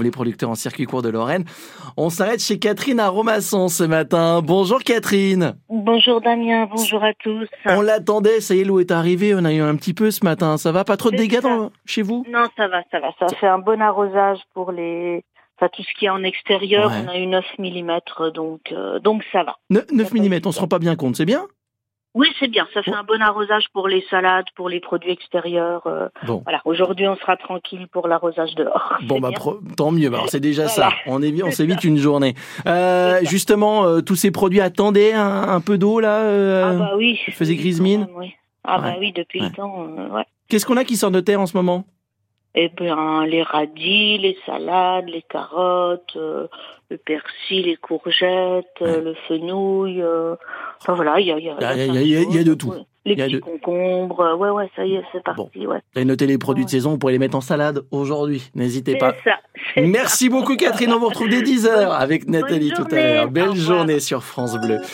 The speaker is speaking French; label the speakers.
Speaker 1: les producteurs en circuit court de Lorraine. On s'arrête chez Catherine à Romasson ce matin. Bonjour Catherine.
Speaker 2: Bonjour Damien, bonjour à tous.
Speaker 1: On l'attendait, ça y est, l'eau est arrivée. On a eu un petit peu ce matin. Ça va Pas trop de
Speaker 2: C'est
Speaker 1: dégâts
Speaker 2: ça.
Speaker 1: dans- chez vous
Speaker 2: Non, ça va, ça va. Ça fait un bon arrosage pour les... Enfin, tout ce qui est en extérieur,
Speaker 1: Ouais.
Speaker 2: on a eu 9 mm, donc, euh, donc ça va.
Speaker 1: Ne- 9 mm, on se rend pas bien compte, c'est bien
Speaker 2: Oh, Oui, c'est bien, ça fait un bon arrosage pour les salades, pour les produits extérieurs. euh,
Speaker 1: Bon.
Speaker 2: Voilà, aujourd'hui, on sera tranquille pour l'arrosage dehors.
Speaker 1: Bon,
Speaker 2: C'est
Speaker 1: bah,
Speaker 2: bien.
Speaker 1: pro- tant mieux. Bah, Alors, c'est déjà
Speaker 2: Voilà.
Speaker 1: ça. On, est, on s'évite une journée. Euh,
Speaker 2: C'est ça.
Speaker 1: justement, euh, tous ces produits attendaient un, un peu d'eau, là. euh,
Speaker 2: Ah bah oui.
Speaker 1: il faisait
Speaker 2: Oui,
Speaker 1: grise
Speaker 2: quand
Speaker 1: mine
Speaker 2: même, oui. Ah
Speaker 1: Ouais.
Speaker 2: bah oui, depuis
Speaker 1: Ouais.
Speaker 2: le temps, euh, ouais.
Speaker 1: Qu'est-ce qu'on a qui sort de terre en ce moment
Speaker 2: Eh bien, les radis, les salades, les carottes, euh, le persil, les courgettes, euh, le fenouil. euh, enfin voilà, il y a, il y a-
Speaker 1: Il y a-
Speaker 2: plein
Speaker 1: Bah, il y a- il y a- il y a de
Speaker 2: choses.
Speaker 1: tout.
Speaker 2: Ouais. Les
Speaker 1: Il y a
Speaker 2: petits
Speaker 1: de-
Speaker 2: concombres. euh, Ouais, ouais, ça y est, c'est parti. Ouais.
Speaker 1: Vous avez noté les produits de
Speaker 2: Ouais.
Speaker 1: saison, vous pourrez les mettre en salade aujourd'hui. N'hésitez
Speaker 2: C'est
Speaker 1: pas.
Speaker 2: ça. c'est
Speaker 1: Merci beaucoup Catherine, on vous retrouve dès 10h avec Nathalie tout à
Speaker 2: journée,
Speaker 1: l'heure.
Speaker 2: au
Speaker 1: Belle
Speaker 2: revoir.
Speaker 1: journée sur France Bleu.